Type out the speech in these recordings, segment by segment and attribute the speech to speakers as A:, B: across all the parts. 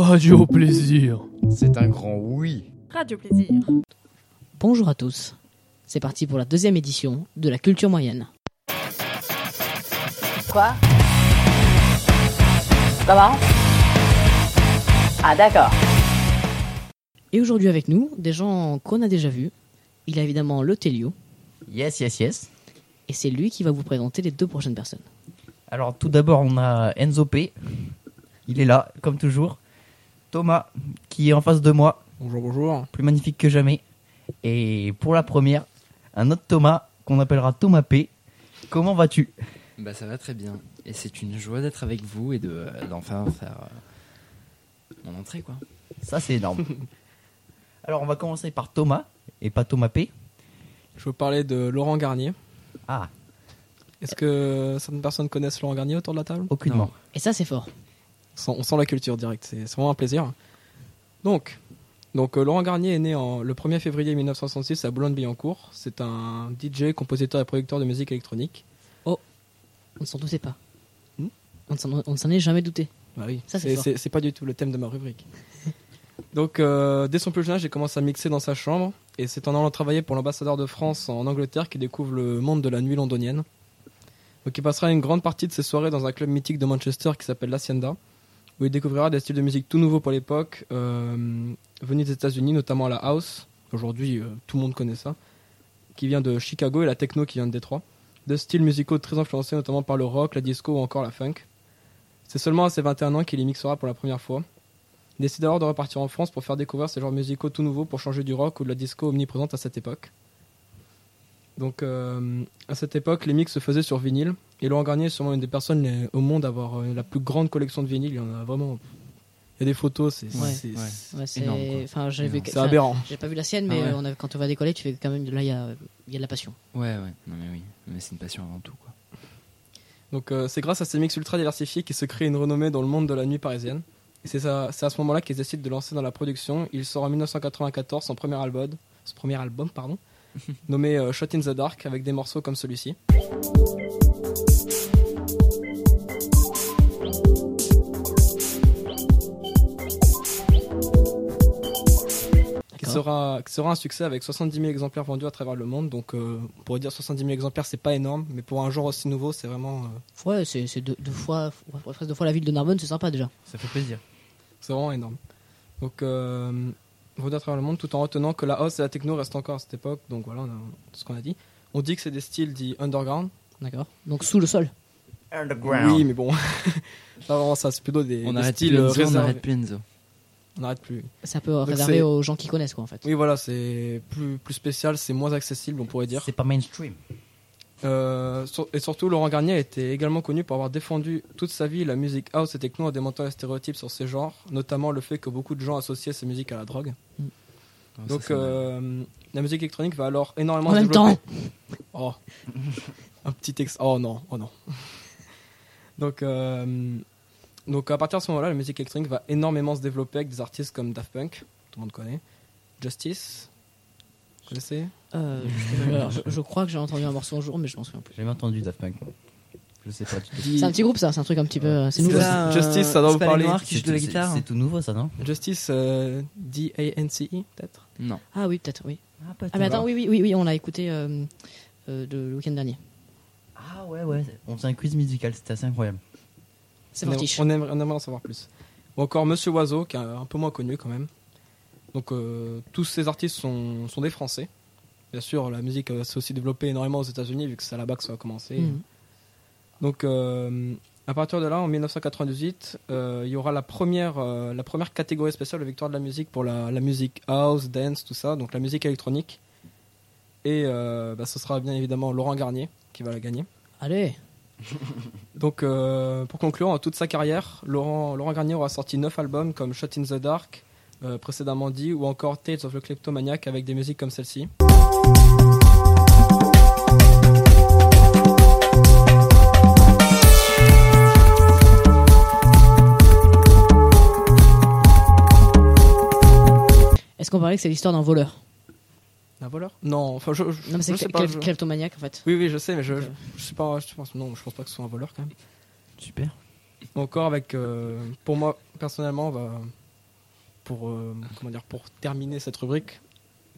A: Radio Plaisir.
B: C'est un grand oui.
C: Radio Plaisir.
D: Bonjour à tous. C'est parti pour la deuxième édition de la culture moyenne.
E: Quoi Comment Ah d'accord.
D: Et aujourd'hui avec nous, des gens qu'on a déjà vus. Il y a évidemment le Télio,
F: Yes, yes, yes.
D: et c'est lui qui va vous présenter les deux prochaines personnes.
F: Alors tout d'abord, on a Enzo P. Il est là, comme toujours. Thomas, qui est en face de moi,
G: Bonjour, bonjour.
F: plus magnifique que jamais. Et pour la première, un autre Thomas, qu'on appellera Thomas P. Comment vas-tu
H: Bah ça va très bien. Et c'est une joie d'être avec vous et de euh, d'enfin faire euh, mon entrée quoi.
F: Ça, c'est énorme. Alors, on va commencer par Thomas, et pas Thomas P.
G: Je veux parler de Laurent Garnier.
F: Ah,
G: Est-ce que certaines personnes connaissent Laurent Garnier autour de la table
F: aucunement.
D: Et ça c'est fort.
G: On sent, on sent la culture directe, c'est c'est vraiment un plaisir. Donc, donc euh, Laurent Garnier est né en- le 1er février 1966 à Boulogne-Billancourt. C'est un DJ, compositeur et producteur de musique électronique.
D: On ne s'en doutait pas.
G: Hmm
D: On ne s'en- on ne s'en est jamais douté.
G: Bah oui,
D: Ça, c'est
G: c'est-
D: fort.
G: c'est c'est pas du tout le thème de ma rubrique. Donc, euh, dès son plus jeune âge, il commence à mixer dans sa chambre. Et c'est en allant travailler pour l'ambassadeur de France en Angleterre qu'il découvre le monde de la nuit londonienne. Donc, il passera une grande partie de ses soirées dans un club mythique de Manchester qui s'appelle l'Hacienda, où il découvrira des styles de musique tout nouveaux pour l'époque, euh, venus des États-Unis, notamment la house. Aujourd'hui, euh, tout le monde connaît ça. Qui vient de Chicago et la techno qui vient de Détroit. Deux styles musicaux très influencés notamment par le rock, la disco ou encore la funk. C'est seulement à ses 21 ans qu'il y mixera pour la première fois. Il décide alors de repartir en France pour faire découvrir ces genres musicaux tout nouveaux pour changer du rock ou de la disco omniprésente à cette époque. Donc euh, à cette époque, les mix se faisaient sur vinyle et Laurent Garnier est sûrement une des personnes les- au monde à avoir euh, la plus grande collection de vinyles. Il y en a vraiment. Il y a des photos, c'est
D: Ouais.
G: c'est-
H: Ouais.
G: c'est-
D: Ouais, c'est
H: Énorme, quoi.
D: enfin, j'ai vu
H: Énorme.
D: que-
G: c'est
D: enfin,
G: aberrant.
D: j'ai pas vu la sienne, mais
G: Ah ouais.
D: on a- quand on va décoller, tu fais quand même là il y a, il y a de la passion.
H: Ouais ouais. Non mais oui. Mais c'est une passion avant tout quoi.
G: Donc euh, c'est grâce à ces mix ultra diversifiés qu'il se crée une renommée dans le monde de la nuit parisienne. Et c'est ça- c'est à ce moment-là qu'il décide de lancer dans la production. Il sort en 1994 son premier album, son premier album pardon, nommé euh, Shot in the Dark, avec des morceaux comme celui-ci. Qui
D: D'accord.
G: sera, qui sera un succès avec 70 000 exemplaires vendus à travers le monde. Donc, euh, on pourrait dire 70 000 exemplaires, c'est pas énorme, mais pour un genre aussi nouveau, c'est vraiment, euh,
D: Ouais, c'est c'est deux, deux fois, ouais, presque deux fois la ville de Narbonne, c'est sympa déjà.
F: Ça fait plaisir.
G: C'est vraiment énorme. Donc, euh, vaudre à travers le monde tout en retenant que la house et la techno restent encore à cette époque. Donc voilà, on a- c'est ce qu'on a dit. On dit que c'est des styles dits underground.
D: D'accord. Donc sous le sol.
F: Underground.
G: Oui, mais bon, pas vraiment ça. C'est plutôt des,
H: On
G: des
H: arrête
G: styles euh,
H: plus Enzo, on
G: réservés.
H: arrête plus Enzo.
G: On n'arrête plus.
D: C'est un peu
G: c'est-
D: réservé aux gens qui connaissent quoi en fait.
G: Oui, voilà, c'est plus, plus spécial, c'est moins accessible, on pourrait dire.
F: C'est pas mainstream.
G: Euh, sur- et surtout, Laurent Garnier a été également connu pour avoir défendu toute sa vie la musique house et techno en démentant les stéréotypes sur ces genres, notamment le fait que beaucoup de gens associaient ces musiques à la drogue.
H: Non, ça,
G: Donc
H: c'est mal.
G: euh, la musique électronique va alors énormément
D: En
G: se
D: même
G: développer.
D: temps.
G: Oh. Un petit texte. Oh non, oh non. Donc euh, donc à partir de ce moment-là, la musique électronique va énormément se développer avec des artistes comme Daft Punk, tout le monde connaît, Justice. Vous connaissez
D: Euh, je, alors, je- je crois que j'ai entendu un morceau un jour, mais je m'en souviens plus.
F: J'ai jamais entendu Daft Punk. Je sais pas du tout.
D: C'est un petit groupe ça, c'est un truc un petit peu. euh, C'est
F: C'est
D: nouveau.
G: Just-
F: ça,
G: Justice, ça doit vous
F: c'est pas les
G: parler.
F: Noirs
H: C'est-
F: qui jouent de la
H: c'est-
F: guitare.
H: c'est
F: C'est tout nouveau, ça, non
G: Justice euh, D A N C E peut-être.
H: Non.
D: Ah oui, peut-être, oui.
F: Ah, pas
D: Ah mais
F: tout.
D: attends, oui, oui, oui, oui, on l'a écouté euh, euh, de- le week-end dernier.
F: Ah ouais, ouais. On faisait un quiz musical, c'était assez incroyable.
D: C'est
G: On aime-
D: fortiche.
G: On aimerait, on aimerait en savoir plus. Ou encore Monsieur Oiseau, qui est un peu moins connu quand même. Donc euh, tous ces artistes sont, sont des Français. Bien sûr, la musique euh, s'est aussi développée énormément aux États-Unis, vu que c'est là-bas que ça a commencé.
D: Mhm.
G: Donc euh, à partir de là, en 1998, euh, il y aura la première, euh, la première catégorie spéciale de victoire de la musique pour la, la musique house, dance, tout ça, donc la musique électronique. Et euh, bah, ce sera bien évidemment Laurent Garnier qui va la gagner.
D: Allez,
G: Donc, euh, pour conclure, en toute sa carrière, Laurent, Laurent Garnier aura sorti 9 albums comme Shot in the Dark, euh, précédemment dit, ou encore Tales of the Kleptomaniac avec des musiques comme celle-ci.
D: est-ce qu'on parlait que c'est l'histoire d'un voleur
G: Un voleur Non, enfin, je, je,
D: Non mais c'est
G: je sais
D: clé-
G: pas.
D: clé-
G: je-
D: kleptomaniaque en fait.
G: Oui, oui, je sais, mais je, je,
D: Ok.
G: je sais pas. Je pense, non, je pense pas que ce soit un voleur quand même.
F: Super.
G: Ou encore avec, euh, pour moi, personnellement, va- pour, euh, comment dire, pour terminer cette rubrique,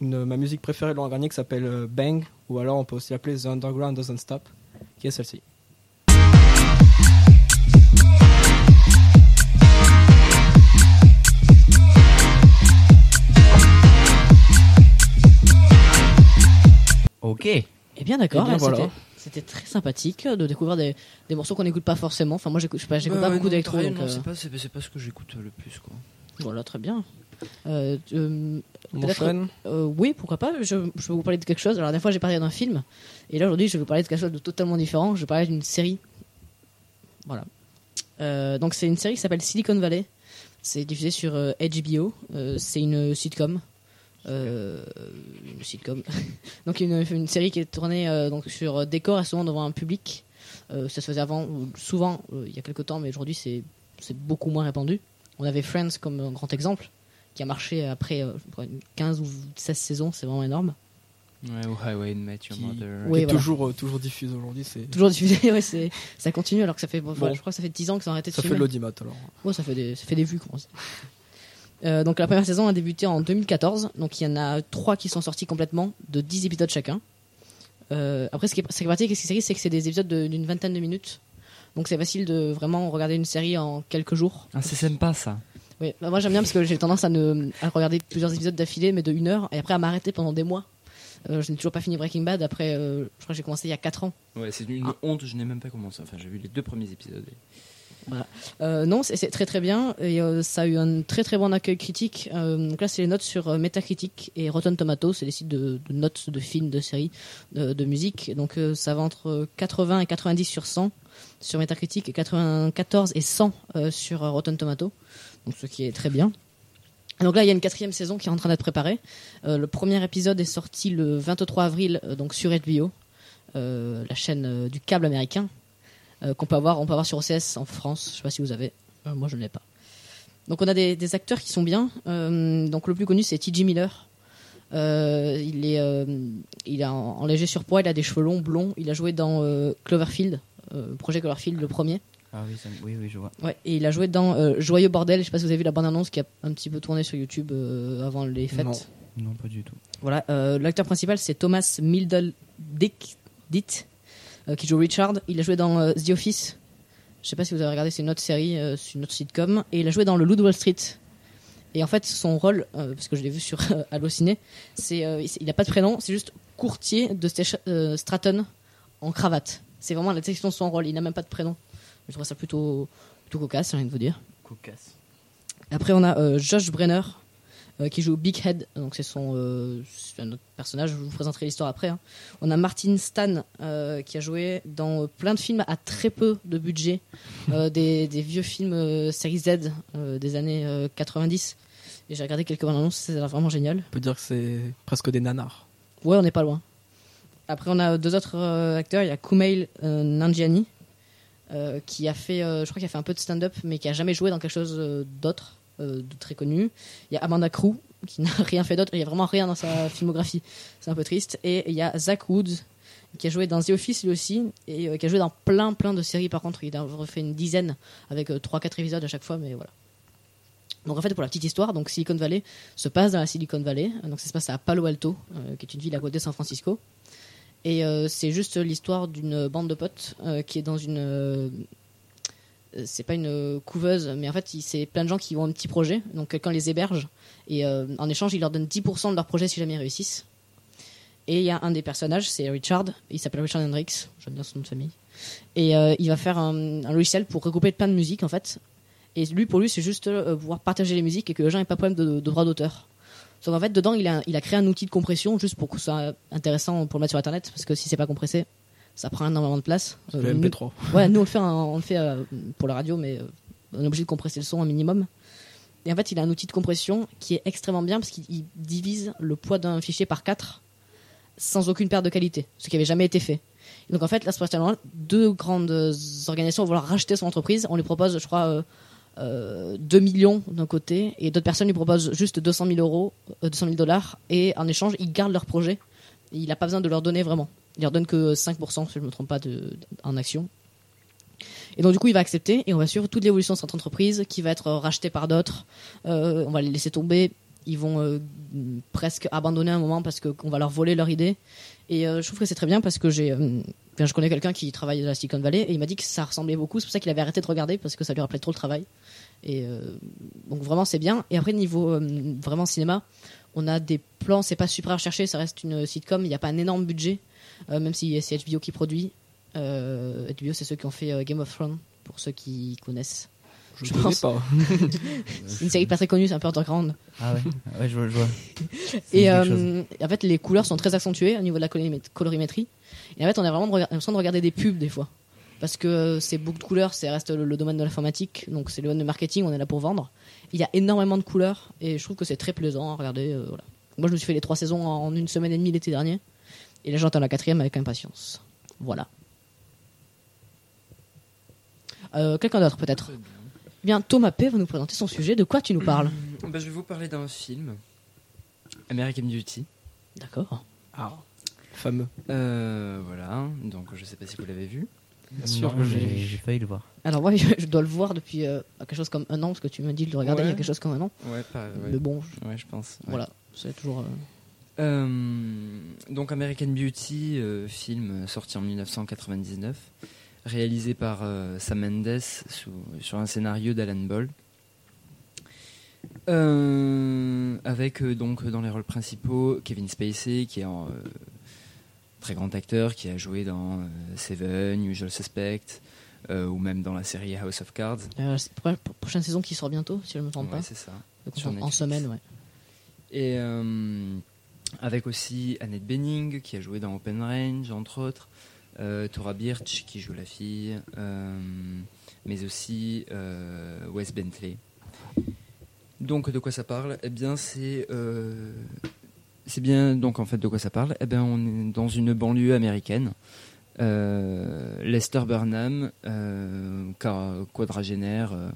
G: une- ma musique préférée de Laurent Garnier qui s'appelle euh, Bang, ou alors on peut aussi l'appeler The Underground Doesn't Stop, qui est celle-ci.
F: Ok.
D: Eh bien d'accord,
G: Eh bien,
D: hein,
G: voilà.
D: c'était- c'était très sympathique euh, de découvrir des, des morceaux qu'on n'écoute pas forcément. Enfin moi j'écoute je sais pas, j'écoute pas beaucoup d'électro donc euh,
H: c'est pas, c'est- c'est pas ce que j'écoute euh, le plus, quoi.
D: voilà très bien. Euh, tu- euh,
G: Mon
D: peut-être-
G: chêne,
D: euh, oui pourquoi pas, je, je vais vous parler de quelque chose. Alors la dernière fois j'ai parlé d'un film et là aujourd'hui je vais vous parler de quelque chose de totalement différent, je vais parler d'une série. Voilà. Euh, donc c'est une série qui s'appelle Silicon Valley, c'est diffusé sur euh, HBO, Euh, c'est une sitcom. Euh, une sitcom donc une, une série qui est tournée euh, donc sur euh, décor et souvent devant un public. Euh, ça se faisait avant, euh, souvent euh, il y a quelques temps, mais aujourd'hui c'est c'est beaucoup moins répandu. On avait Friends comme un grand exemple qui a marché après euh, je crois, une 15 ou 16 saisons, c'est vraiment énorme.
H: Ouais, ou Highway and Met Your
G: Qui-
H: Mother.
D: Oui,
G: qui est
D: voilà.
G: toujours, euh, toujours diffuse aujourd'hui, c'est...
D: Toujours diffusé, ouais, c'est ça continue alors que ça fait bon,
G: Bon.
D: voilà, je crois que ça fait 10 ans que ça a arrêté de
G: ça fait
D: filmer.
G: de l'audimat alors.
D: Ouais, ça fait des, ça fait des vues, comment ça. Euh, donc la première saison a débuté en 2014, donc il y en a trois qui sont sortis complètement de 10 épisodes chacun. Euh, après, ce qui est, ce qui est pratique avec ces séries, c'est que c'est des épisodes de- d'une vingtaine de minutes, donc c'est facile de vraiment regarder une série en quelques jours.
H: Ah, c'est sympa ça.
D: Oui, bah, moi j'aime bien parce que j'ai tendance à, ne, à regarder plusieurs épisodes d'affilée, mais de une heure, et après à m'arrêter pendant des mois. Euh, je n'ai toujours pas fini Breaking Bad, après euh, je crois que j'ai commencé il y a 4 ans.
H: Ouais, c'est une honte, je n'ai même pas commencé. Enfin, j'ai vu les deux premiers épisodes.
D: Euh, non, c'est c'est très très bien et euh, ça a eu un très très bon accueil critique. Euh, donc là, c'est les notes sur euh, Metacritic et Rotten Tomatoes, c'est les sites de, de notes de films, de séries, de, de musique. Donc euh, ça va entre euh, 80 et 90 sur 100 sur Metacritic et 94 et 100 euh, sur euh, Rotten Tomatoes, donc ce qui est très bien. Donc là, il y a une quatrième saison qui est en train d'être préparée. Euh, le premier épisode est sorti le 23 avril, euh, donc sur HBO, euh, la chaîne euh, du câble américain euh, qu'on peut avoir, on peut avoir sur OCS en France. Je sais pas si vous avez. Euh, moi, je ne l'ai pas. Donc, on a des, des acteurs qui sont bien. Euh, donc, le plus connu, c'est T.J. Miller. Euh, il est, euh, il a en, en léger surpoids, il a des cheveux longs, blonds. Il a joué dans euh, Cloverfield, euh, projet Cloverfield, le premier.
F: Ah oui, ça me- oui, oui, je vois.
D: Ouais, et il a joué dans euh, Joyeux Bordel. Je sais pas si vous avez vu la bande-annonce qui a un petit peu tourné sur YouTube euh, avant les fêtes.
G: Non.
F: Non, pas du tout.
D: Voilà, euh, l'acteur principal c'est Thomas Middle Dick Dit, euh, qui joue Richard. Il a joué dans euh, The Office. Je sais pas si vous avez regardé, c'est une autre série, euh, c'est une autre sitcom. Et il a joué dans Le Loup de Wall Street. Et en fait, son rôle, euh, parce que je l'ai vu sur euh, Allociné, c'est euh, il- il n'a pas de prénom, c'est juste courtier de Station- euh, Stratton en cravate. C'est vraiment la description de son rôle. Il n'a même pas de prénom. Je trouve ça plutôt, plutôt cocasse, j'ai rien de vous dire.
F: Cocasse.
D: Après, on a euh, Josh Brenner euh, qui joue Big Head, donc c'est son euh, c'est un autre personnage. Je vous présenterai l'histoire après. hein. On a Martin Stan euh, qui a joué dans euh, plein de films à très peu de budget, euh, des, des vieux films euh, série Z euh, des années euh, 90. Et j'ai regardé quelques bandes annonces, c'est vraiment génial.
G: On peut dire que c'est presque des nanars.
D: Ouais, on n'est pas loin. Après, on a deux autres euh, acteurs. Il y a Kumail euh, Nanjiani, euh, qui a fait, euh, je crois qu'il a fait un peu de stand-up, mais qui a jamais joué dans quelque chose euh, d'autre, euh, de très connu. Il y a Amanda Crew, qui n'a rien fait d'autre. Il n'y a vraiment rien dans sa filmographie. C'est un peu triste. Et il y a Zach Woods, qui a joué dans The Office lui aussi, et euh, qui a joué dans plein, plein de séries. Par contre, il a refait une dizaine avec 3-4 épisodes à chaque fois, mais voilà. Donc en fait, pour la petite histoire, donc Silicon Valley se passe dans la Silicon Valley. Euh, Donc ça se passe à Palo Alto, euh, qui est une ville à côté de San Francisco. Et euh, c'est juste l'histoire d'une bande de potes euh, qui est dans une. euh, euh, c'est pas une euh, couveuse, mais en fait, il- c'est plein de gens qui ont un petit projet. Donc quelqu'un les héberge. Et euh, en échange, il leur donne 10% de leur projet si jamais ils réussissent. Et il y a un des personnages, c'est Richard. Il s'appelle Richard Hendricks. J'aime bien son nom de famille. Et euh, il va faire un, un logiciel pour regrouper plein de musique en fait. Et lui, pour lui, c'est juste euh, pouvoir partager les musiques et que les gens n'aient pas de problème de, de droit d'auteur. Donc en fait, dedans, il a, il a créé un outil de compression juste pour que ce soit intéressant pour le mettre sur Internet, parce que si c'est pas compressé, ça prend énormément de place. Euh,
G: le
D: nous-
G: MP3.
D: Ouais, nous on le fait, en- on le fait euh, pour la radio, mais euh, on est obligé de compresser le son un minimum. Et en fait, il a un outil de compression qui est extrêmement bien parce qu'il il divise le poids d'un fichier par 4 sans aucune perte de qualité, ce qui n'avait jamais été fait. Et donc en fait, là, spontanément, deux grandes euh, organisations vont vouloir racheter son entreprise. On lui propose, je crois, euh, euh, 2 millions d'un côté et d'autres personnes lui proposent juste 200 000 euros, euh, 200 000 dollars. Et en échange, il garde leur projet. Il n'a pas besoin de leur donner vraiment. Il leur donne que 5%, si je ne me trompe pas, de- en action. Et donc, du coup, il va accepter et on va suivre toute l'évolution de cette entreprise qui va être euh, rachetée par d'autres. Euh, on va les laisser tomber. Ils vont euh, presque abandonner un moment parce que- qu'on va leur voler leur idée. Et euh, je trouve que c'est très bien parce que j'ai. euh, enfin, je connais quelqu'un qui travaille à la Silicon Valley et il m'a dit que ça ressemblait beaucoup. C'est pour ça qu'il avait arrêté de regarder parce que ça lui rappelait trop le travail. Et euh, donc vraiment c'est bien. Et après niveau euh, vraiment cinéma, on a des plans, c'est pas super recherché, ça reste une sitcom, il n'y a pas un énorme budget, euh, même si c'est HBO qui produit. Euh, HBO c'est ceux qui ont fait euh, Game of Thrones, pour ceux qui connaissent.
G: Je
D: Je
G: ne
D: pense.
G: sais pas.
D: C'est une série pas très connue, c'est un peu underground.
F: Ah ouais, Ah ouais je vois. Je vois.
D: Et
F: quelque
D: euh, en fait les couleurs sont très accentuées au niveau de la colorime- colorimétrie. Et en fait on a vraiment de rega- l'impression de regarder des pubs des fois. Parce que euh, c'est beaucoup de couleurs, c'est reste le, le domaine de l'informatique, donc c'est le domaine de marketing, on est là pour vendre. Il y a énormément de couleurs et je trouve que c'est très plaisant à regarder. euh, voilà. Moi, je me suis fait les trois saisons en une semaine et demie l'été dernier. Et là, j'entends la quatrième avec impatience. Voilà. Euh, Quelqu'un d'autre, peut-être Eh Bien, Thomas P va nous présenter son sujet. De quoi tu nous parles
H: Bah, je vais vous parler d'un film, American Beauty.
D: D'accord.
G: Ah, fameux.
H: Euh, voilà, donc je sais pas si vous l'avez vu.
G: Bien sûr.
F: Non, j'ai j'ai failli le voir.
D: Alors, moi, je, je dois le voir depuis euh, quelque chose comme un an, parce que tu m'as dit de le regarder il y a
H: Ouais. Ah
D: quelque chose comme un an.
H: Ouais, pas,
D: Mais bon, je-
H: ouais je pense. ouais.
D: voilà, c'est toujours. euh,
H: Euh, donc American Beauty, euh, film sorti en 1999, réalisé par euh, Sam Mendes sous- sur un scénario d'Alan Ball. Euh, avec euh, donc dans les rôles principaux Kevin Spacey qui est un euh, très grand acteur qui a joué dans euh, Seven, Usual Suspect euh, ou même dans la série House of Cards.
D: euh, c'est pour la pour- prochaine saison qui sort bientôt, si je ne me trompe
H: Ouais,
D: pas.
H: c'est ça.
D: Donc,
H: sur
D: en- en
H: Netflix.
D: semaine, ouais.
H: Et euh, avec aussi Annette Bening, qui a joué dans Open Range, entre autres. Euh, Tora Birch, qui joue la fille. euh, mais aussi euh, Wes Bentley. Donc, de quoi ça parle Eh bien, c'est. euh, c'est bien, donc, en fait, de quoi ça parle Eh bien, on est dans une banlieue américaine. Euh, Lester Burnham, euh, quar- quadragénaire. euh,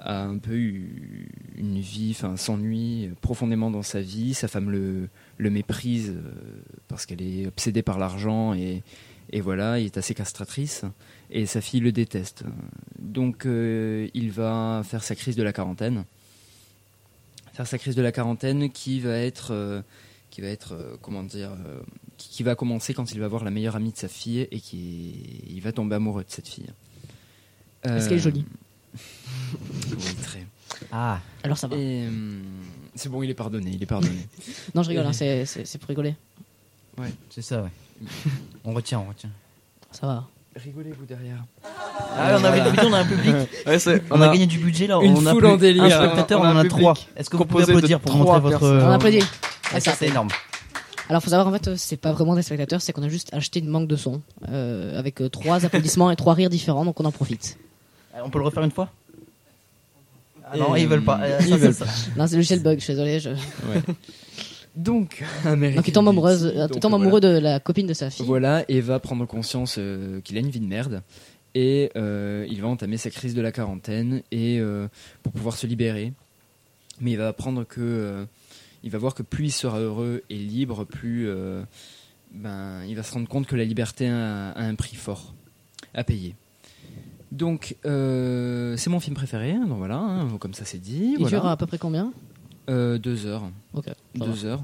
H: a un peu eu une vie, enfin s'ennuie profondément dans sa vie. Sa femme le, le méprise euh, parce qu'elle est obsédée par l'argent et, et voilà, il est assez castratrice. Et sa fille le déteste. Donc euh, il va faire sa crise de la quarantaine. Faire sa crise de la quarantaine qui va être, euh, qui va être euh, comment dire, euh, qui, qui va commencer quand il va voir la meilleure amie de sa fille et qui il va tomber amoureux de cette fille.
D: Parce qu'elle est
H: Euh,
D: jolie.
H: oui, très.
F: Ah,
D: Alors, ça va.
H: Et, euh, c'est bon, il est pardonné, il est pardonné.
D: Non, je rigole, hein, c'est- c'est c'est pour rigoler.
F: c'est ça, ouais. On retient, on retient.
D: Ça va.
H: Rigolez-vous derrière.
F: Ah, on avait on a un public.
G: Ouais, c'est-
F: On a gagné du budget là.
G: Une
F: on a
G: foule
F: plus
G: en délire.
F: Un spectateur,
G: On
F: on,
G: a un
F: en a
G: public
F: trois. Est-ce que vous pouvez
G: composé de
F: applaudir pour
G: trois
F: montrer votre.
G: personnes.
D: On
F: euh,
D: applaudit.
F: Ouais, ça, c'est énorme.
D: Alors, faut savoir, en fait, euh, c'est pas vraiment des spectateurs, c'est qu'on a juste acheté une manque de son. euh, avec euh, trois applaudissements et trois rires différents, donc on en profite.
F: Alors, Euh, On peut le refaire une fois ah
H: Et-
F: Non, ils veulent pas. Euh,
H: Ils
F: ça,
H: veulent
F: ça, ça.
D: Non, c'est le logiciel bug, je suis désolé. je-
H: Donc, American
D: Donc, il tombe,
H: Beauty,
D: amoureuse, euh,
H: donc,
D: tombe
H: voilà.
D: amoureux de la copine de sa fille.
H: Voilà, et va prendre conscience euh, qu'il a une vie de merde. Et euh, il va entamer sa crise de la quarantaine et euh, pour pouvoir se libérer. Mais il va apprendre que euh, il va voir que plus il sera heureux et libre, plus euh, ben il va se rendre compte que la liberté a, a un prix fort à payer. Donc euh, c'est mon film préféré, hein, donc voilà, hein, comme ça c'est dit.
D: Il
H: voilà.
D: dure à peu près combien
H: Euh, deux heures.
D: Ok. ça va.
H: deux heures.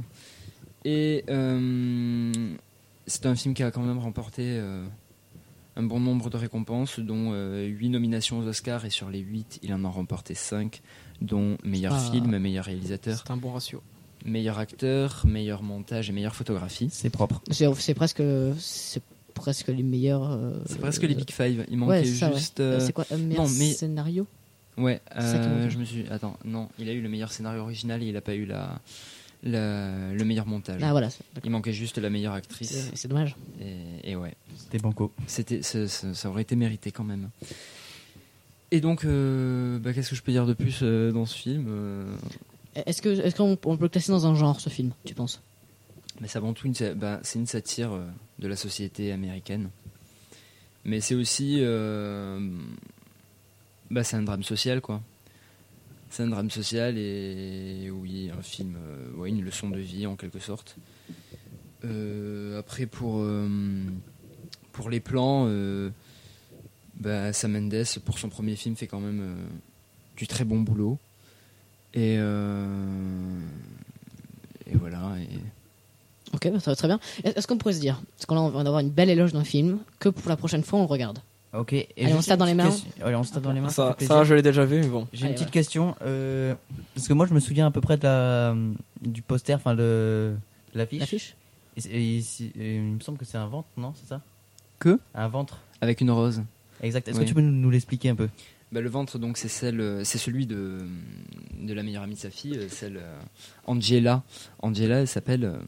H: Et euh, c'est un film qui a quand même remporté euh, un bon nombre de récompenses, dont 8 nominations aux Oscars, et sur les 8, il en a remporté 5, dont meilleur
D: Ah.
H: film, meilleur réalisateur,
G: C'est un bon ratio.
H: meilleur acteur, meilleur montage et meilleure photographie.
F: C'est propre.
D: C'est c'est presque, c'est presque les meilleurs. euh,
H: C'est presque les Big Five, il
D: ouais,
H: manquait
D: c'est ça, ouais.
H: juste...
D: Euh,
H: euh,
D: C'est quoi un meilleur
H: non, mais-
D: scénario
H: Ouais,
D: C'est ça qui
H: euh,
D: manquait.
H: je me suis... Attends, non, il a eu le meilleur scénario original et il n'a pas eu la, la- le meilleur montage.
D: Ah voilà, c'est-
H: Il manquait juste la meilleure actrice.
D: c'est c'est dommage.
H: Et- et ouais.
F: C'était banco.
H: C'était, ça, ça- ça aurait été mérité quand même. Et donc, euh, bah, qu'est-ce que je peux dire de plus euh, dans ce film Euh,
D: Est-ce que est-ce qu'on on peut le classer dans un genre ce film Tu penses
H: mais C'est avant tout une, sa- bah, c'est une satire euh, de la société américaine. Mais c'est aussi. euh, bah, c'est un drame social, quoi. C'est un drame social et oui, un film, euh, ouais, une leçon de vie en quelque sorte. Euh, après, pour, euh, pour les plans, euh, bah, Sam Mendes, pour son premier film, fait quand même euh, du très bon boulot. Et, euh, et voilà. Et...
D: Ok, bah, ça va très bien. Est-ce qu'on pourrait se dire, parce qu'on va avoir une belle éloge d'un film, que pour la prochaine fois on le regarde
F: Ok. et
D: Allez,
F: juste
D: on se tape
F: une
D: dans les
F: petite
D: mains.
F: question- Allez, on se tape dans les mains. Ah, ça
G: Ça,
F: fait
G: ça,
F: plaisir.
G: je l'ai déjà vu, mais bon.
F: J'ai une
D: Allez,
F: petite
D: voilà.
F: question. euh, parce que moi, je me souviens à peu près de la, du poster, enfin de de l'affiche.
D: L'affiche
F: Et c'est- et c'est- et il me semble que c'est un ventre, non C'est ça
H: Que
F: Un ventre.
H: Avec une rose.
F: Exact. Est-ce
H: Oui.
F: que tu peux nous, nous l'expliquer un peu
H: Bah, le ventre, donc, c'est celle, euh, c'est celui de, de la meilleure amie de sa fille, euh, celle euh, Angela. Angela, elle s'appelle euh,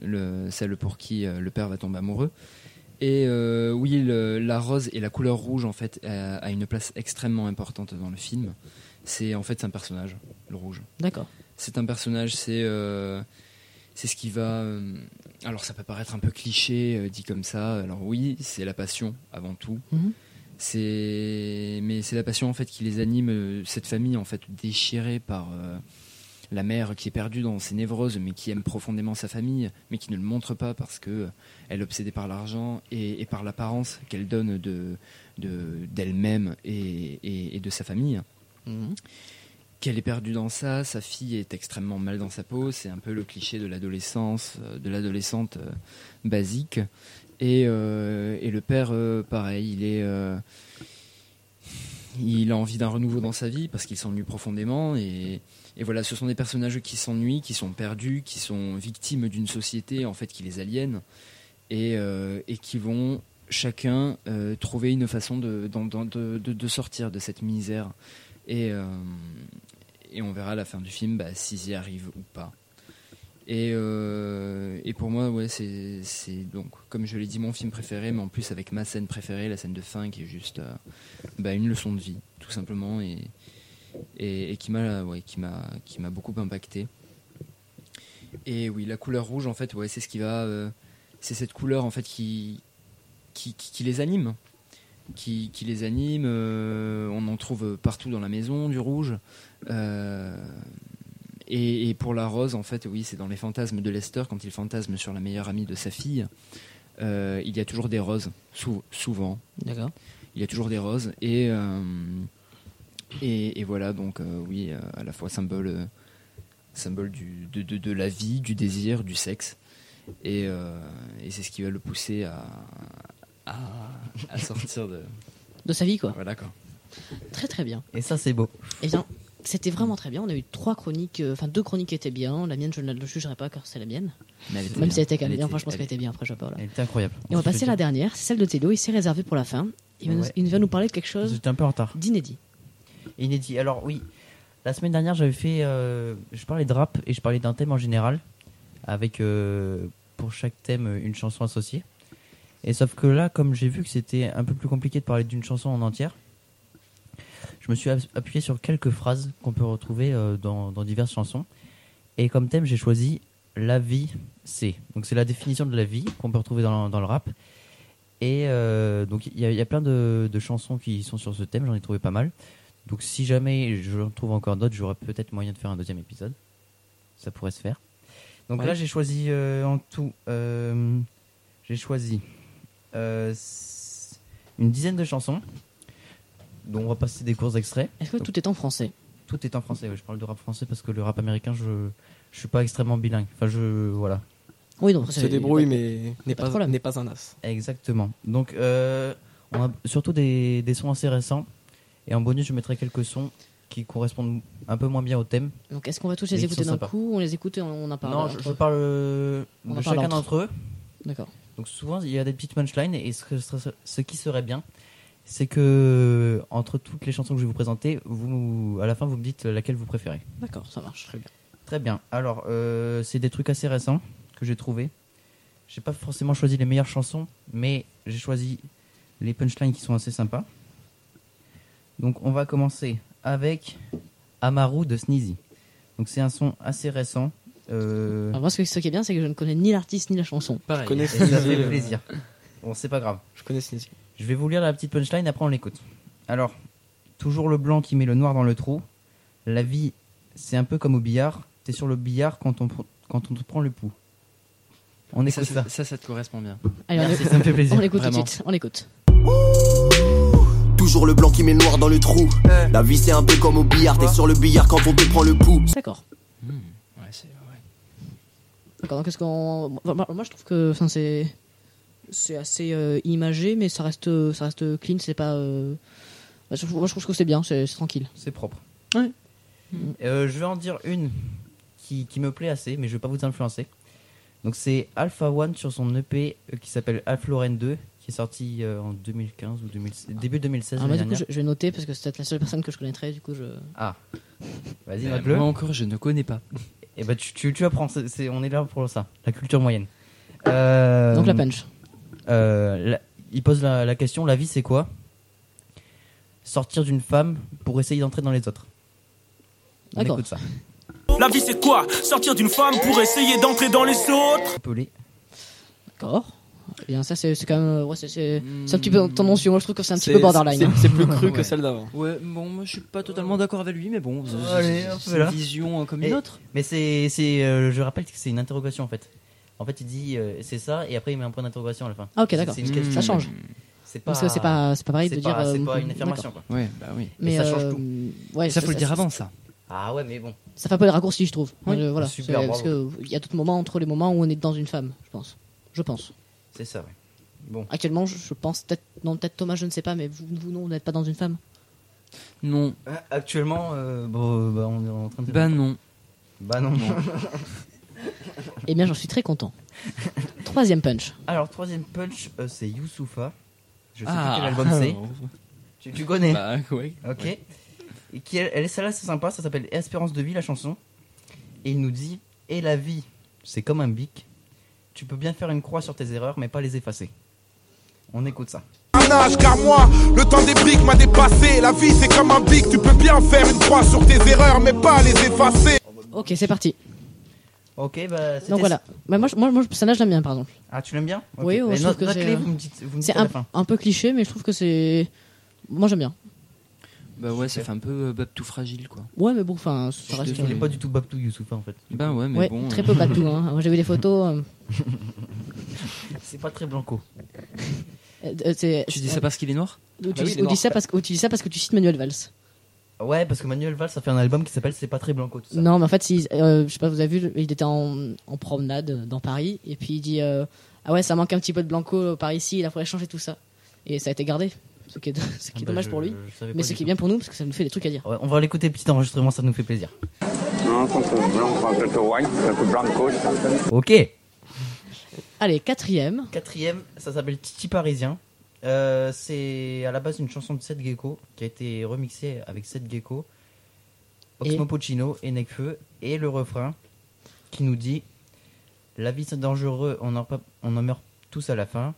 H: le, celle pour qui euh, le père va tomber amoureux. Et euh, oui, le- la rose et la couleur rouge, en fait, a, a une place extrêmement importante dans le film. C'est en fait c'est un personnage, le rouge.
D: D'accord.
H: C'est un personnage, c'est euh, c'est ce qui va. euh, alors ça peut paraître un peu cliché euh, dit comme ça. Alors oui, c'est la passion avant tout.
D: Mhm.
H: C'est mais c'est la passion en fait qui les anime. euh, Cette famille en fait déchirée par euh, la mère qui est perdue dans ses névroses, mais qui aime profondément sa famille, mais qui ne le montre pas parce que euh, elle est obsédée par l'argent et, et par l'apparence qu'elle donne de de- d'elle-même et- et- et de sa famille
F: Mhm.
H: qu'elle est perdue dans ça, sa fille est extrêmement mal dans sa peau, c'est un peu le cliché de l'adolescence, euh, de l'adolescente euh, basique. Et, euh, et le père, euh, pareil, il est... euh, il a envie d'un renouveau dans sa vie parce qu'il s'ennuie profondément et, et voilà ce sont des personnages qui s'ennuient qui sont perdus qui sont victimes d'une société en fait qui les aliène et, euh, et qui vont chacun euh, trouver une façon de, d'en- d'en- de- de- de sortir de cette misère et, euh, et on verra à la fin du film bah, s'ils y arrivent ou pas. Et, euh, et pour moi, ouais, c'est c'est donc, comme je l'ai dit, mon film préféré, mais en plus avec ma scène préférée, la scène de fin qui est juste euh, bah, une leçon de vie, tout simplement, et, et, et qui m'a ouais, qui m'a- qui m'a beaucoup impacté. Et oui, la couleur rouge, en fait, ouais, c'est ce qui va. euh, c'est cette couleur, en fait, qui, qui, qui- qui les anime qui, qui les anime. euh, on en trouve partout dans la maison, du rouge. Euh, et, et pour la rose, en fait, oui, c'est dans les fantasmes de Lester, quand il fantasme sur la meilleure amie de sa fille, euh, il y a toujours des roses, sou- souvent.
D: D'accord.
H: Il y a toujours des roses. Et, euh, et, et voilà, donc euh, oui, euh, à la fois symbole, euh, symbole du, de, de- de la vie, du désir, du sexe. Et, euh, et c'est ce qui va le pousser à, à, à sortir de...
D: De sa vie, quoi.
H: Voilà quoi.
D: Très très bien.
F: Et ça, c'est beau.
D: Eh bien, c'était vraiment très bien. On a eu trois chroniques, euh, enfin deux chroniques étaient bien. La mienne, je ne le jugerai pas car c'est la mienne.
H: Mais elle était
D: Même
H: bien.
D: si elle était quand même
H: Elle
D: bien, enfin je pense
H: elle
D: qu'elle était bien après Chapeau. Là.
F: Elle était incroyable.
D: Et on va passer à la dernière, c'est celle de Théo. Il s'est réservé pour la fin. Il va, nous,
F: Ouais.
D: il va nous parler de quelque chose
F: J'étais un peu en retard.
D: d'inédit.
F: Inédit. Alors oui, la semaine dernière j'avais fait, euh, je parlais de rap et je parlais d'un thème en général, avec euh, pour chaque thème une chanson associée. Et sauf que là, comme j'ai vu que c'était un peu plus compliqué de parler d'une chanson en entière, je me suis app- appuyé sur quelques phrases qu'on peut retrouver euh, dans, dans diverses chansons. Et comme thème, j'ai choisi la vie, c'est. Donc c'est la définition de la vie qu'on peut retrouver dans, dans le rap. Et euh, donc il y, a- il y a plein de, de chansons qui sont sur ce thème, j'en ai trouvé pas mal. Donc si jamais je trouve encore d'autres, j'aurai peut-être moyen de faire un deuxième épisode. Ça pourrait se faire. Donc
G: Ouais.
F: là j'ai choisi euh, en tout, euh, j'ai choisi euh, s- une dizaine de chansons, dont on va passer des courts extraits.
D: Est-ce que tout est en français
F: Tout est en français, ouais, je parle de rap français parce que le rap américain je je suis pas extrêmement bilingue. Enfin je voilà.
D: Oui, donc
G: Se
D: c'est-
G: débrouille, mais n'est
D: pas de
G: pas,
D: problème.
G: n'est pas un as.
F: Exactement. Donc, euh, on a surtout des, des sons assez récents. Et en bonus, je mettrai quelques sons qui correspondent un peu moins bien au thème.
D: Donc est-ce qu'on va tous les
F: Mais qui
D: écouter
F: sont
D: d'un
F: sympas.
D: coup On les écoute et on on en parle.
F: non,
D: entre
F: je,
D: eux.
F: je parle euh,
D: On en
F: de
D: parle
F: chacun
D: entre-
F: d'entre eux.
D: D'accord.
F: Donc souvent, il y a des petites punchlines. Et ce, que- ce- ce qui serait bien, c'est que entre toutes les chansons que je vais vous présenter, vous, à la fin, vous me dites laquelle vous préférez.
D: D'accord, ça marche très bien.
F: Très bien. Alors, euh, c'est des trucs assez récents que j'ai trouvé. J'ai pas forcément choisi les meilleures chansons, mais j'ai choisi les punchlines qui sont assez sympas. Donc, on va commencer avec Amaru de Sneezy. Donc, c'est un son assez récent. euh,
D: Alors, moi, ce, que- ce qui est bien, c'est que je ne connais ni l'artiste ni la chanson.
G: Je connais
F: et ça
G: Sneezy.
F: fait
G: euh,
F: plaisir. Bon, c'est pas grave.
G: Je connais Sneezy.
F: Je vais vous lire la petite punchline, après on l'écoute. Alors, toujours le blanc qui met le noir dans le trou. La vie, c'est un peu comme au billard. T'es sur le billard quand on, pr- quand on te prend le pouls. On
H: Et ça,
F: écoute
H: ça,
F: ça.
H: ça, ça te correspond bien.
D: Allez, on
F: Merci,
D: écoute-
F: ça me fait plaisir.
D: on l'écoute tout de
H: Vraiment.
D: suite. On l'écoute.
A: Ouh, toujours le blanc qui met le noir dans le trou.
I: Eh.
A: La vie c'est un peu comme au billard, t'es sur le billard quand on te prend le pouls.
D: D'accord.
H: Ouais, c'est ouais.
D: D'accord, donc qu'est-ce qu'on. Moi, moi, moi, je trouve que enfin, c'est. C'est assez euh, imagé, mais ça reste, euh, ça reste clean, c'est pas. euh, bah, je- moi, je trouve que c'est bien, c'est c'est tranquille.
F: C'est propre.
D: Ouais.
F: Euh, je vais en dire une qui, qui me plaît assez, mais je vais pas vous influencer. Donc c'est Alpha One sur son EP euh, qui s'appelle Alpha 2, qui est sorti euh, en 2015 ou 2016, début 2016.
D: Ah, moi,
F: l'année
D: du coup,
F: dernière.
D: je, je vais noter parce que c'est peut-être la seule personne que je connaîtrais, du coup, je.
F: Ah, vas-y,
H: Euh,
F: note-le.
H: moi encore, je ne connais pas.
F: Et bah tu, tu, tu apprends, c'est- c'est- on est là pour ça, la culture moyenne. Euh,
D: Donc la punch.
F: euh, la- il pose la, la question, la vie c'est quoi Sortir d'une femme pour essayer d'entrer dans les autres. On
D: D'accord.
F: écoute ça.
C: La vie c'est quoi Sortir d'une femme pour essayer d'entrer dans les autres
F: Appelé.
D: D'accord. Eh Bien, ça, c'est c'est quand même. euh, Ouais, c'est c'est- c'est un petit peu
F: Hmm.
D: tendancieux. Moi, je trouve que c'est un petit peu borderline. hein.
G: C'est c'est plus cru que
H: Ouais.
G: celle d'avant.
H: Ouais, bon, moi je suis pas totalement d'accord avec lui, mais bon, c'est-
F: Oh, Allez,
H: c'est
F: hop
H: c'est
F: là.
H: une vision euh, comme
F: Et-
H: une autre.
F: Mais c'est, c'est, euh, je rappelle que c'est une interrogation en fait. En fait, il dit euh, c'est ça et après il met un point d'interrogation à la fin.
D: Ah, ok,
F: C'est-
D: d'accord.
F: c'est une
H: Hmm.
F: question.
D: Ça change.
F: C'est pas,
D: Parce que c'est pas, c'est pas pareil
F: c'est
D: de
F: pas-
D: dire.
F: c'est
D: euh,
F: pas une
D: d'accord.
F: affirmation. Quoi.
H: Ouais, bah oui.
D: Mais euh,
F: ça change
D: ouais,
H: ça, faut le dire avant ça.
F: Ah ouais, mais bon.
D: Ça fait un peu le raccourci, je trouve.
F: Oui.
D: Euh, voilà.
F: Ah, Super,
D: C'est- parce qu'il y a tout moment entre les moments où on est dans une femme, je pense. Je pense.
F: C'est ça, ouais.
D: Actuellement, je, je pense peut-être. Non, peut-être Thomas, je ne sais pas, mais vous, vous non, vous n'êtes pas dans une femme.
H: Non,
F: Ah, Actuellement, euh, bon, euh, bah, on est en train de.
H: bah non.
F: Bah non, non.
D: Eh bien, j'en suis très content. Troisième punch.
F: Alors, troisième punch, euh, c'est Youssoufa. Je sais
H: Ah.
F: plus quel album c'est. Tu, tu connais
H: Bah ouais.
F: Ok. Et qui, elle, elle- celle-là, c'est sympa, ça s'appelle Espérance de vie, la chanson. Et il nous dit Et la vie, c'est comme un bic. Tu peux bien faire une croix sur tes erreurs, mais pas les effacer. On écoute ça.
I: Un âge, car moi, le temps des briques m'a dépassé. La vie, c'est comme un bic, tu peux bien faire une croix sur tes erreurs, mais pas les effacer.
D: Ok, c'est parti.
F: Ok, bah. c'était-
D: Donc voilà. Bah, moi, je- moi, moi, je- ça là, je l'aime bien, par exemple.
F: Ah, tu l'aimes bien Ok.
D: Oui, ouais,
F: Mais
D: je
F: no-
D: trouve que
F: note-les,
D: c'est, euh,
F: vous me dites, vous me dites
D: C'est
F: à
D: un,
F: la fin.
D: un peu cliché, mais je trouve que c'est. Moi, j'aime bien.
H: Bah ouais, ça fait un peu euh, Bob tout fragile quoi.
D: Ouais, mais bon, enfin, ça
H: Je
D: reste.
H: te fais
D: euh,
F: Il est pas du tout Babtou Youssoufa en fait.
H: Bah ouais, mais
D: ouais,
H: bon.
D: très
H: euh,
D: peu Batou. Hein. Moi, J'ai vu les photos. euh,
F: C'est pas très blanco.
D: euh, euh, c'est-
H: Tu dis ça parce qu'il est noir
D: Ou tu,
G: Ah oui, il est
D: dis- ou dis
G: noir,
D: ça parce que, ou tu dis ça parce que tu cites Manuel Valls.
F: Ouais, parce que Manuel Valls a fait un album qui s'appelle C'est pas très blanco tout ça. Bah,
D: Non, mais en fait, si, euh, je sais pas, vous avez vu, il était en, en promenade dans Paris et puis il dit euh, Ah ouais, ça manque un petit peu de Blanco euh, par ici, il a fallu changer tout ça. Et ça a été gardé, ce qui est, ce qui est
F: Bah,
D: dommage
F: je-
D: pour lui,
F: je savais
D: mais
F: pas
D: ce
F: du
D: qui est
F: tout.
D: bien pour nous parce que ça nous fait des trucs à dire.
F: Ouais, on va l'écouter petit enregistrement, ça nous fait plaisir. Ok.
D: Allez, quatrième.
F: Quatrième, ça s'appelle Titi Parisien. Euh, c'est à la base une chanson de Seth Gecko qui a été remixée avec Seth Gecko, Oxmo
D: Et-
F: Puccino et Nekfeu et le refrain qui nous dit La vie c'est dangereux, on en, pa- on en meurt tous à la fin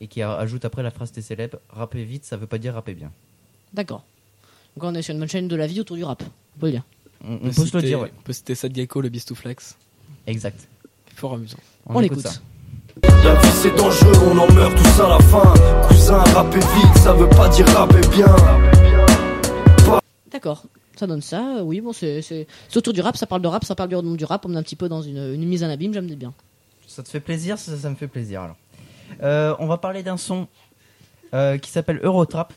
F: et qui a- ajoute après la phrase des célèbres Rapper vite, ça veut pas dire rapper bien.
D: D'accord. Donc on est sur une bonne chaîne de la vie autour du rap. On peut le dire.
F: On, on peut se le dire, ouais.
G: On peut citer Sad Gecko, le Bistouflex.
F: Exact.
G: Fort amusant.
D: On, l'écoute.
F: ça.
A: La vie c'est dangereux, on en meurt tous à la fin. Cousin, rappez vite, ça veut pas dire rappez bien.
D: D'accord. Ça donne ça. euh, Oui, bon, c'est c'est- c'est autour du rap, ça parle de rap, ça parle du nom du rap. On est un petit peu dans une, une mise en abîme, j'aime bien.
F: Ça te fait plaisir Ça, ça me fait plaisir alors. Euh, on va parler d'un son euh, qui s'appelle Eurotrap.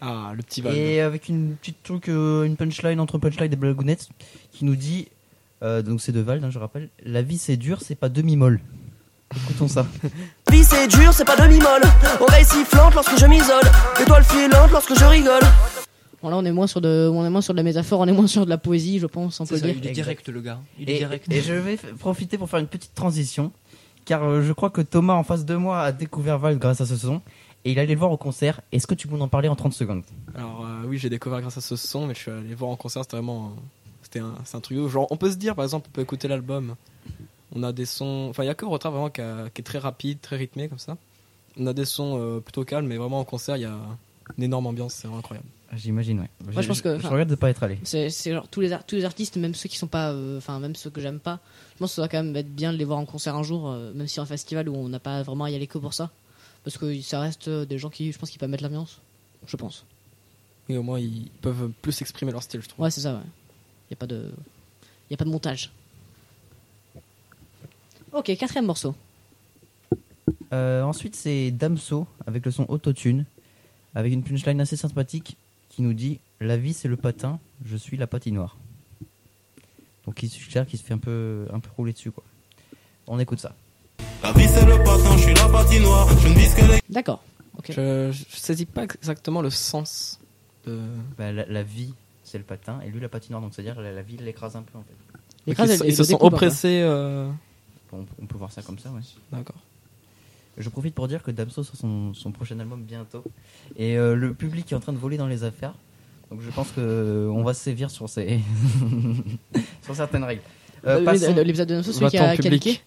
G: Ah, le petit Van.
F: Et avec une petite truc, euh, une punchline entre punchline des blagounettes qui nous dit, euh, donc c'est de Vald, hein, je rappelle, la vie c'est dur, c'est pas demi-molle. Écoutons ça.
J: Vie c'est dur, c'est pas demi-molle. Oreille sifflante lorsque je m'isole. Étoile filante lorsque je rigole.
D: Bon, là, on est moins sur de, on est moins sur de la métaphore, on est moins sur de la poésie, je pense, on
H: C'est
D: peut le
H: ça,
D: dire.
H: il est
F: Exact.
H: direct le gars. Il est
F: Et,
H: direct.
F: et je vais f- profiter pour faire une petite transition, car euh, je crois que Thomas en face de moi a découvert Vald grâce à ce son, et il allait le voir au concert. Est-ce que tu peux nous en parler en 30 secondes
G: Alors euh, oui, j'ai découvert grâce à ce son, mais je suis allé voir en concert, c'était vraiment, c'était un, c'est un truc. de ouf. Genre, on peut se dire, par exemple, on peut écouter l'album. On a des sons, enfin, il y a que Rotra vraiment qui, a- qui est très rapide, très rythmé comme ça. On a des sons euh, plutôt calmes, mais vraiment en concert, il y a une énorme ambiance, c'est vraiment incroyable.
F: Ah, J'imagine, ouais.
D: Moi, je pense que-
F: Je regrette de pas être allé.
D: C'est c'est genre tous les, ar- tous les artistes, même ceux qui sont pas, euh, enfin même ceux que j'aime pas. Je pense que ça doit quand même être bien de les voir en concert un jour, euh, même si un festival où on n'a pas vraiment à y aller que pour ça, parce que ça reste euh, des gens qui, je pense, qui peuvent mettre l'ambiance. Je pense.
G: Et au moins, ils peuvent plus exprimer leur style, je trouve.
D: Ouais, c'est ça. Ouais. Y a pas de, y a pas de montage. Ok, quatrième morceau.
F: Euh, ensuite, c'est Damso avec le son Autotune. avec une punchline assez sympathique qui nous dit La vie, c'est le patin, je suis la patinoire. Donc il suggère qu'il se fait un peu, un peu rouler dessus. quoi. On écoute ça.
K: La vie c'est le patin, je suis la patinoire, je ne vise que les...
D: D'accord.
G: Je, je saisis pas exactement le sens de.
F: Bah, la, la vie, c'est le patin, et lui, la patinoire. Donc c'est-à-dire la, la vie l'écrase un peu en fait.
G: Donc, ils, se- ils se sont oppressés. euh,
F: On, on peut voir ça comme ça, ouais.
G: D'accord.
F: Je profite pour dire que Damso sort son, son prochain album bientôt. Et euh, le public est en train de voler dans les affaires. Donc je pense qu'on va sévir sur, ces sur certaines règles. Euh,
D: Euh,
F: passons-
D: le- L'épisode de Damso, celui qui a, qui a leaké.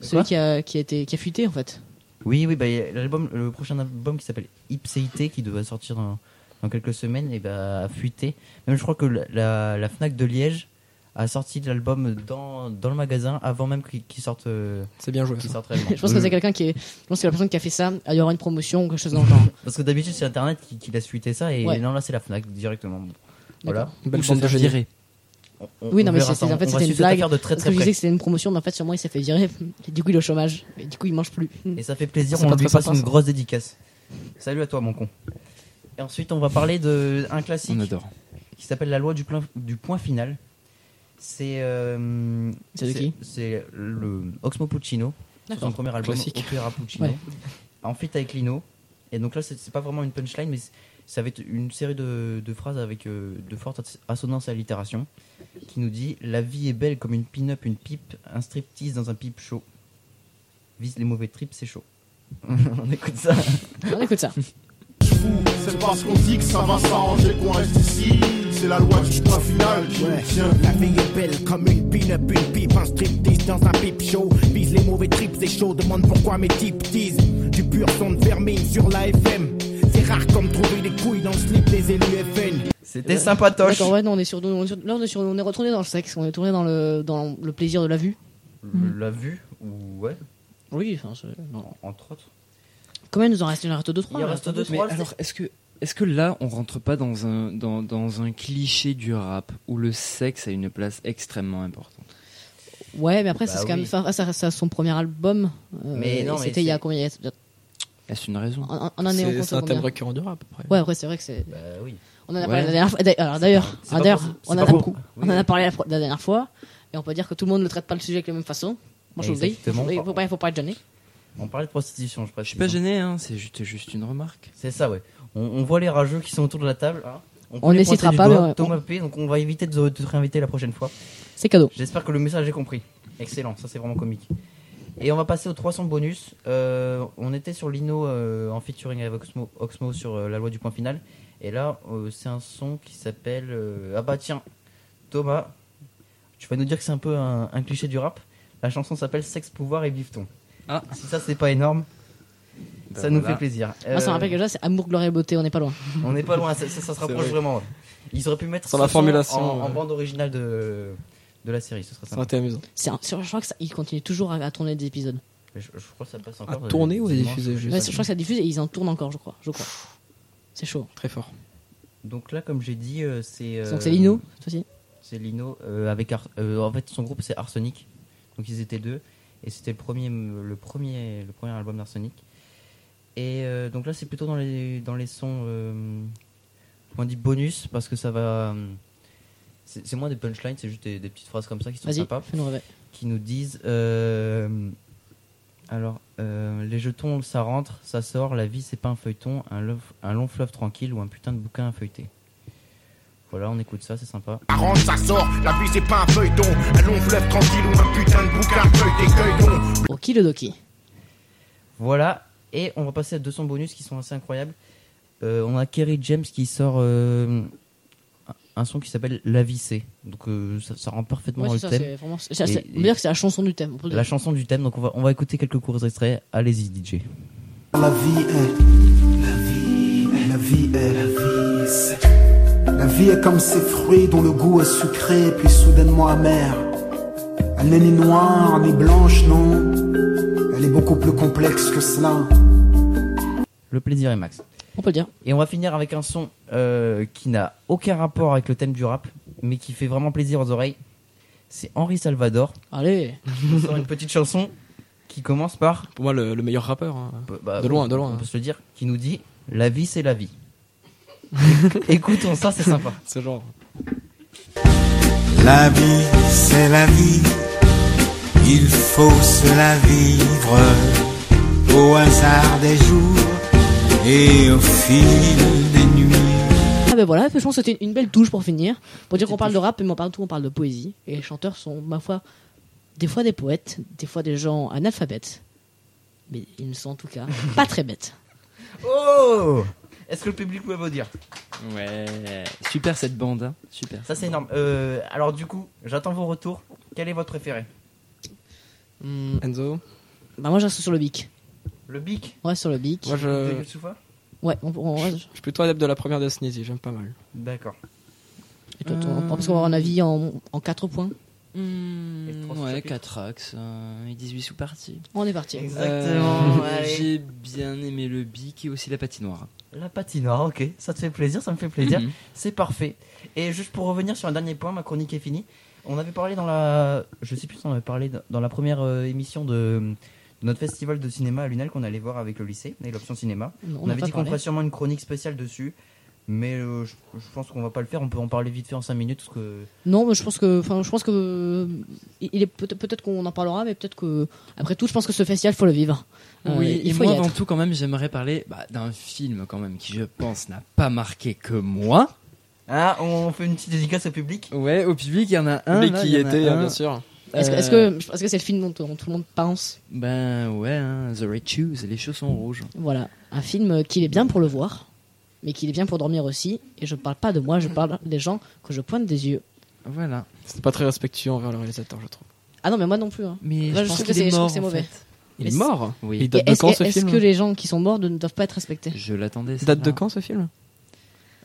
D: Celui
F: Quoi
D: qui a, qui, a été, qui a fuité en fait.
F: Oui, oui, bah, y a l'album, le prochain album qui s'appelle Ipséité, qui devait sortir dans, dans quelques semaines, et bah, a fuité. Même je crois que la, la, la Fnac de Liège a sorti l'album dans, dans le magasin avant même qu'il qu'il sorte. euh,
G: C'est bien joué.
F: Qu'il
G: ça.
F: sorte réellement. Mm.
D: Je pense que c'est quelqu'un qui est. Je pense que la personne qui a fait ça, il y aura une promotion ou quelque chose dans le genre.
F: Parce que d'habitude c'est Internet qui, qui laisse fuiter ça, et
D: Ouais.
F: non là c'est la Fnac directement. Voilà.
G: Belle Ou se bande de faire génies. virer.
F: On- on-
D: oui, non,
F: on
D: mais
F: verra
D: c'était
F: ça.
D: en fait
F: On va
D: c'était une
F: suivre cette
D: blague.
F: affaire de très,
D: parce
F: très
D: que je
F: près.
D: disais que c'était une promotion, mais en fait sûrement il s'est fait virer. Et du coup il est au chômage. Et du coup il mange plus.
F: Et ça fait plaisir,
D: C'est
F: on
D: pas
F: lui
D: très
F: passe
D: sympa,
F: une
D: ça.
F: grosse dédicace. Salut à toi, mon con. Et ensuite, on va parler de un classique. Qui s'appelle la loi du, plein- du point final. C'est. euh,
D: C'est de qui
F: C'est le Oxmo Puccino. sur
D: D'accord.
F: Son premier album,
D: Classique.
F: Opéra Puccino.
D: Ouais.
F: En feat avec Lino. Et donc là, c'est c'est pas vraiment une punchline, mais c'est- ça va être une série de, de phrases avec euh, de fortes as- assonances à l'allitération qui nous dit La vie est belle comme une pin-up, une pipe, un striptease dans un pipe chaud. Vise les mauvais trips, c'est chaud. on écoute ça.
D: On écoute ça.
L: C'est parce qu'on dit que ça va s'arranger qu'on reste ici. C'est la loi du point final qui nous tient.
M: La vie est belle comme une pin-up, une pipe, un striptease dans un pipe show. Vise les mauvais trips, c'est chaud, demande pourquoi mes types disent du pur son de vermine sur la FM. C'est rare comme trouver des couilles dans le slip des élus FN.
F: C'était sympatoche.
D: D'accord, ouais, non, on est sur, on est sur- là, on est sur- on est retourné dans le sexe, on est retourné dans le, dans le plaisir de la vue.
F: Le- La vue, ou ouais.
D: Oui,
F: entre autres.
D: Combien il nous en reste Il en reste 2-3.
H: Mais alors, est-ce que, est-ce que là, on rentre pas dans un, dans, dans un cliché du rap où le sexe a une place extrêmement importante
D: Ouais, mais après,
H: Bah
D: c'est quand
H: oui.
D: même. enfin, ça reste son premier album. euh,
H: Mais
D: et
H: non, mais
D: C'était il y a
H: c'est-
D: combien il y a-
H: Est-ce une raison
D: En, en année, on compte
G: C'est un
D: combien
G: thème récurrent du rap après.
D: Ouais, après, c'est vrai que c'est.
F: oui.
D: On en a
G: Ouais.
D: parlé la dernière fois. et d'ailleurs- Alors d'ailleurs,
G: C'est pas- c'est
D: ah,
G: pas
D: d'ailleurs,
G: pour- c'est
D: on, en
G: pas
D: a-
G: pour-
D: on en a parlé la, la dernière fois. Et on peut dire que tout le monde ne traite pas le sujet de la même façon. Moi, je vous le dis.
F: Exactement.
D: Il faut pas, il faut pas être gêné.
F: On parlait de prostitution, je précise.
H: Je suis pas gêné, hein, c'est juste, juste une remarque.
F: C'est ça, ouais. On, on voit les rageux qui sont autour de la table. hein.
D: On
F: peut
D: les
F: pointer
D: citera
F: du
D: pas,
F: doigt.
D: mais on-
F: Thomas P, donc on va éviter de, de te réinviter la prochaine fois.
D: C'est cadeau.
F: J'espère que le message est compris. Excellent, ça c'est vraiment comique. Et on va passer aux 300 bonus. Euh, on était sur Lino euh, en featuring avec Oxmo, Oxmo sur euh, la loi du point final. Et là, euh, c'est un son qui s'appelle. euh, ah bah tiens, Thomas, tu vas nous dire que c'est un peu un, un cliché du rap. La chanson s'appelle Sexe, pouvoir et bifton.
H: Ah.
F: Si ça c'est pas énorme,
H: Ben
F: ça nous
H: voilà.
F: fait plaisir.
D: Moi, ça me
F: Euh,
D: rappelle que déjà, c'est amour, gloire et beauté. On n'est pas loin.
F: on n'est pas loin, ça, ça- ça se rapproche
G: vrai.
F: vraiment. ouais. Ils auraient pu mettre
G: Sur
F: ce
G: la
F: son
G: formulation,
F: en, en
G: ouais.
F: bande originale de, de la série, ce serait
G: Ça
F: sympa.
G: aurait été amusant.
D: C'est un- sur- je crois que ça, il continue toujours à, à tourner des épisodes.
F: Je, je crois que ça passe encore. euh,
G: tourner ou à
F: dimanche,
G: diffuser,
F: je sais
D: Ouais,
F: pas.
D: je crois que ça diffuse et ils en tournent encore, je crois. Je crois. C'est chaud.
G: Très fort.
F: Donc là, comme j'ai dit, euh, c'est. euh,
D: Donc c'est Lino, toi aussi
F: C'est Lino euh, avec Ar- euh, en fait son groupe c'est Arsenic. Donc ils étaient deux et c'était le premier le premier le premier album d'Arsenic. Et euh, donc là c'est plutôt dans les dans les sons euh, on dit bonus parce que ça va euh, c'est c'est moins des punchlines, c'est juste des, des petites phrases comme ça qui sont
D: Vas-y,
F: sympas
D: fais-nous rêver.
F: qui nous disent euh, alors euh, les jetons ça rentre, ça sort, la vie c'est pas un feuilleton, un, lof- un long fleuve tranquille ou un putain de bouquin à feuilleter. Voilà, on écoute ça, c'est sympa.
M: Ça rentre, ça sort, la vie c'est pas un feuilleton. Un long fleuve tranquille ou un putain de bouquin, feuille des cueillons.
D: Oki le Doki.
F: Voilà, et on va passer à 200 bonus qui sont assez incroyables. Euh, on a Kerry James qui sort euh, un son qui s'appelle La vie c'est. Donc euh, ça, ça rend parfaitement
D: Ouais,
F: dans
D: c'est
F: le
D: ça,
F: thème.
D: c'est vraiment- c'est-
F: Et-
D: c'est- on peut
F: et
D: dire que c'est la chanson du thème. on peut le
F: la
D: dire.
F: chanson du thème, donc on va, on va écouter quelques courts extraits. Allez-y, DJ.
N: La vie est, la vie est, la vie est. La vie est comme ces fruits dont le goût est sucré puis soudainement amer. Elle n'est ni noire ni blanche, non. Elle est beaucoup plus complexe que cela.
F: Le plaisir est max.
D: On peut le dire.
F: Et on va finir avec un son euh, qui n'a aucun rapport avec le thème du rap, mais qui fait vraiment plaisir aux oreilles. C'est Henri Salvador.
D: Allez
F: Il sort une petite chanson qui commence par.
G: Pour moi, le, le meilleur rappeur. hein.
F: Bah,
G: de loin, de
F: On
G: loin. hein.
F: peut se le dire, qui nous dit La vie, c'est la vie. Écoutons ça, c'est sympa.
G: C'est genre.
O: La vie, c'est la vie, il faut se la vivre au hasard des jours et au fil des nuits.
D: Ah ben voilà, je pense que c'était une belle touche pour finir. Pour dire qu'on parle de rap, mais partout on parle de poésie. Et les chanteurs sont, ma foi, des fois des poètes, des fois des gens analphabètes. Mais ils ne sont en tout cas pas très bêtes.
F: Oh Est-ce que le public peut vous dire
H: Ouais, super cette bande, hein. super.
F: Ça, c'est énorme. Euh, alors, du coup, j'attends vos retours. Quel est votre préféré
G: Enzo
D: Bah moi je reste sur le bic.
F: Le bic
D: Ouais, sur le bic.
G: Moi, je-
F: De Youssoupha
D: Ouais, on, on- on-
G: Je suis plutôt adepte de la première de Sneezy, j'aime pas mal.
F: D'accord.
D: et toi, toi, parce qu'on va avoir un avis en, en 4 points.
H: Mmh, ouais, 4 axes euh, et 18 sous-parties.
D: On est
G: euh,
D: parti.
F: Exactement,
H: Euh,
F: allez.
H: J'ai bien aimé le bic et aussi la patinoire.
D: Mmh.
F: La patinoire, ok. Ça te fait plaisir, ça me fait plaisir.
H: Mhm.
F: C'est parfait. Et juste pour revenir sur un dernier point, ma chronique est finie. On avait parlé dans la. Je sais plus si on avait parlé dans- dans la première euh, émission de, de notre festival de cinéma à Lunel qu'on allait voir avec le lycée et l'option cinéma.
D: Non, on
F: on
D: n'a
F: avait
D: pas
F: dit qu'on
D: parlé.
F: ferait sûrement une chronique spéciale dessus. Mais euh, je, je pense qu'on va pas le faire. On peut en parler vite fait en 5 minutes. Parce que...
D: Non, mais je pense que, enfin, je pense que, euh, il est peut-être peut-être qu'on en parlera, mais peut-être que, après tout, je pense que ce festival faut le vivre. Euh,
H: oui,
D: il
H: et
D: faut y
H: moi avant
D: être.
H: tout quand même j'aimerais parler bah, d'un film quand même qui je pense n'a pas marqué que moi.
F: Ah, on fait une petite dédicace au public
H: Ouais, au public il y en a un.
G: Mais
H: Ah, là,
G: qui
H: il y en a
G: était, hein,
H: un.
G: bien sûr.
D: Est-ce que,
H: Euh,
D: est-ce que, est-ce que c'est le film dont, dont tout le monde pense
H: Ben ouais, hein, The Red Shoes, les chaussons rouges.
D: Voilà, un film euh, qu'il est bien pour le voir, mais qu'il est bien pour dormir aussi. Et je parle pas de moi, je parle des gens que je pointe des yeux.
H: Voilà.
G: C'est pas très respectueux envers le réalisateur, je trouve.
D: Ah non, mais moi non plus. hein.
H: Mais
D: Moi,
H: je pense
D: trouve que
H: qu'il
D: c'est-
H: est
D: je trouve
H: mort,
D: que c'est
H: en
D: mauvais.
H: fait.
G: Il
D: Mais
G: est
D: c'est-
G: mort
H: Oui.
G: Il
D: Et
G: date de
D: Est-ce
G: quand ce
D: est-ce
G: film
D: que les gens qui sont morts ne doivent pas être respectés
H: Je l'attendais.
G: Date de
H: celle-là.
G: quand ce film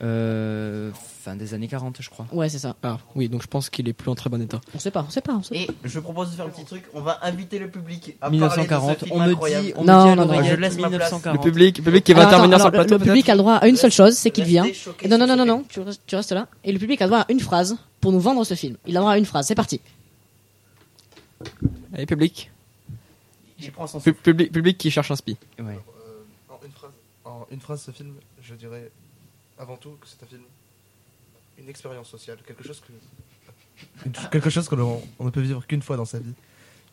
H: Euh, Fin des années 40 je crois.
D: Ouais, c'est ça.
G: Ah oui, donc je pense qu'il est plus en très bon état.
D: On sait pas, on sait pas. On sait pas.
F: Et je propose de faire un petit truc. On va inviter le public à
H: 1940,
F: parler de ce film
H: on me
F: incroyable.
H: dit, on
D: Non,
H: me dit à
D: non, non,
H: l'oreillette,
F: je laisse ma place.
G: Le
H: 1940.
G: Oh. public, le public qui va
D: Alors,
G: intervenir
D: attends,
G: sur Ah, le
D: alors,
G: plateau.
D: Le public a le droit à une seule chose, c'est qu'il
F: Restez
D: vient.
F: choqués
D: Et non, non,
F: sur
D: non, non,
F: ce
D: non, tu restes, tu restes là. Et le public a le droit à une phrase pour nous vendre ce film. Il a le droit à une phrase, c'est parti.
G: Allez, public.
F: Il prend son
G: Pu- Public, public qui cherche un spi.
H: Ouais.
P: En une phrase, en une phrase, ce film, je dirais avant tout que c'est un film, une expérience sociale, quelque chose que
Q: Quelque chose que l'on on ne peut vivre qu'une fois dans sa vie.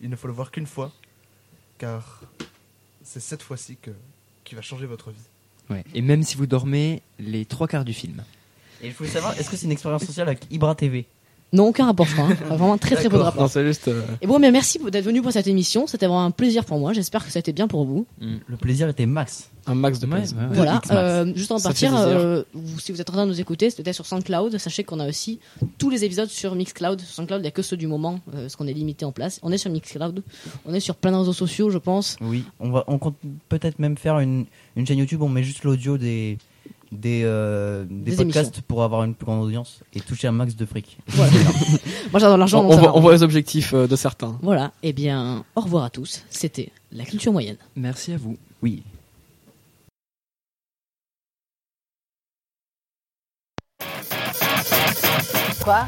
Q: Il ne faut le voir qu'une fois, car c'est cette fois-ci que qui va changer votre vie.
H: Ouais. Et même si vous dormez les trois quarts du film.
F: Et je voulais savoir, est-ce que c'est une expérience sociale avec Ibra TV
D: Non, aucun rapport, je crois, hein. Vraiment très très peu de
G: D'accord.
D: rapport.
G: Non, c'est juste. euh,
D: Et bon, mais merci d'être venu pour cette émission. C'était vraiment un plaisir pour moi. J'espère que ça a été bien pour vous.
F: Le plaisir était max.
G: Un max de
H: Ouais, bah.
G: plaisir.
H: ouais, ouais.
D: Voilà,
H: X-Max.
D: euh, juste avant de
G: Ça fait
D: partir,
G: plaisir.
D: euh, vous- si vous êtes en train de nous écouter, c'était sur SoundCloud. Sachez qu'on a aussi tous les épisodes sur Mixcloud. Sur SoundCloud, il n'y a que ceux du moment, euh, parce qu'on est limité en place. On est sur Mixcloud, on est sur plein de réseaux sociaux, je pense.
F: Oui, on va, on compte peut-être même faire une, une chaîne YouTube. On met juste l'audio des des, euh, des
D: Des
F: podcasts
D: émissions.
F: pour avoir une plus grande audience et toucher un max de fric.
D: Moi, j'adore
G: On,
D: l'argent, donc
G: on
D: ça
G: voit,
D: va.
G: on voit les objectifs euh, de certains.
D: Voilà, et bien, au revoir à tous. C'était la culture moyenne.
H: Merci à vous.
F: Oui.
E: Quoi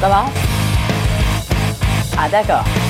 E: Comment Ah d'accord.